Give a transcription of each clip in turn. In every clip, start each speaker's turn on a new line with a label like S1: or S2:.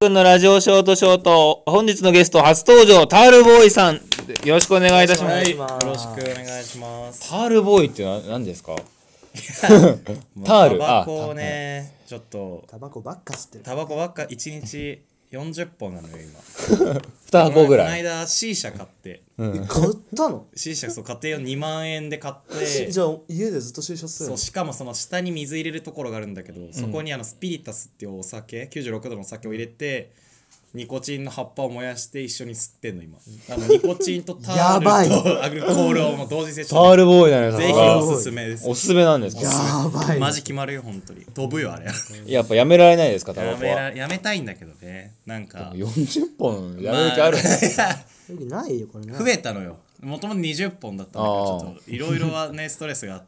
S1: 君のラジオショートショート、本日のゲスト初登場、タールボーイさん。よろしくお願いいたしま
S2: は
S1: す。
S2: い、よろしくお願いします。
S3: タールボーイってな何ですかタール
S2: タバ
S3: あ
S2: コをね、ちょっと、
S4: タバコばっか吸ってる。
S2: タバコばっか1日40本なのよ、今。
S3: 2箱ぐ
S2: この
S3: らい
S2: 間、C 社買って、
S4: 買ったの
S2: C 社、そう、家庭用2万円で買って、
S4: じゃあ家でずっと就職する
S2: そ
S4: の
S2: うしかもその下に水入れるところがあるんだけど、そこにあのスピリタスっていうお酒96度のお酒を入れてニコチンの葉っぱを燃やして一緒に吸ってんの今あのニコチンとター
S4: やばい
S2: ルとアグルコールをもう同時摂
S3: ター
S2: 取
S3: ルボーイなのよさ
S2: ぜ
S3: す
S2: ひ
S3: が
S2: おすすめです
S3: おすすめなんですか
S4: やばい。
S2: マジ決まるよ本当に飛ぶよあれ
S3: やっぱやめられないですかタバ
S2: や
S3: コ
S2: め
S3: は
S2: らやめたいんだけどねなんか
S3: 40本やめる気あるんですか
S4: よくないよ、これね。
S2: 増えたのよもともと20本だったんだけど
S3: あ
S2: ち
S3: ー
S2: ょっといろいろはねストレスがあっ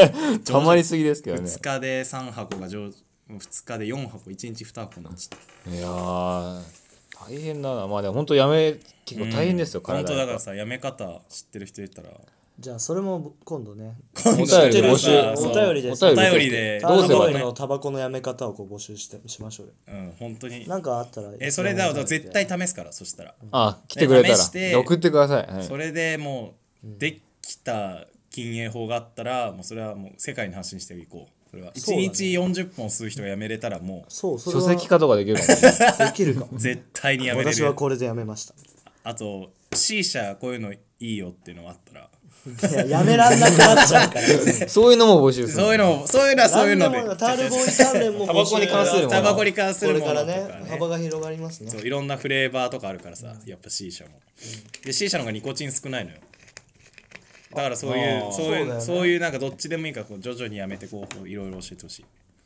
S2: て
S3: たまりすぎですけどね
S2: 2日で3箱が上2日で4箱1日2箱になっちゃった
S3: いやー大変だなまあでも本当やめ結構大変ですよ
S2: 本
S3: 体
S2: 当
S3: が
S2: だからさやめ方知ってる人いたら
S4: じゃあそれも今度ね。
S3: お便り募集
S2: そう
S4: お便りで
S3: お
S2: お
S3: 便
S2: 便
S3: り
S2: りで
S3: どうすれ
S4: タ
S3: ば
S4: バコのタバコのやめ方をこう募集してしましょうよ。
S2: うん本当に
S4: なんかあったら。
S2: えそれだと絶。対試すからそしたら
S3: あ来てくれた
S2: 試して
S3: ら送ってくださいはい
S2: それでもうできた禁煙法があったらもうそれはもう世界に発信していこうそれは1日40本吸う人がやめれたらも
S4: そう、それ
S3: 書
S4: は
S3: 籍化とかできるかもしれない
S4: できるかも
S2: う。絶対にやめれ
S4: 私
S2: る
S4: はこれでやめました。
S2: あと C 社こういうのいいよっていうのがあったら
S4: いややめらんなくなっちゃうから。
S3: そういうのも募集する
S2: そういうのもそういうのは そういうの
S4: なん
S2: で
S4: もタールボーイ関連も
S3: タバコに関するもの
S2: タバコに関す
S4: こ
S2: る
S4: れ
S2: も
S4: か
S2: の
S4: ら
S2: とか
S4: ね、
S2: ね
S4: 幅が広がりますね
S2: そ。ういろんなフレーバーとかあるからさやっぱ C 社もで C 社の方がニコチン少ないのよだからそういうそうい
S4: そうだよ
S2: う
S4: ね
S2: そういうなんかどっちでもいいからこう徐々にやめてこうこういろいろ教えてほしい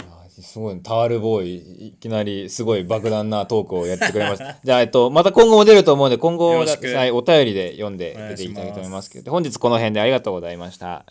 S3: あすごいタールボーイいきなりすごい爆弾なトークをやってくれました じゃあ、えっと、また今後も出ると思うんで今後
S2: よろしく
S3: はい、お便りで読んで
S2: お願
S3: 出
S2: い
S3: て
S2: し
S3: いき
S2: ます
S3: たいと思いますけど本日この辺でありがとうございました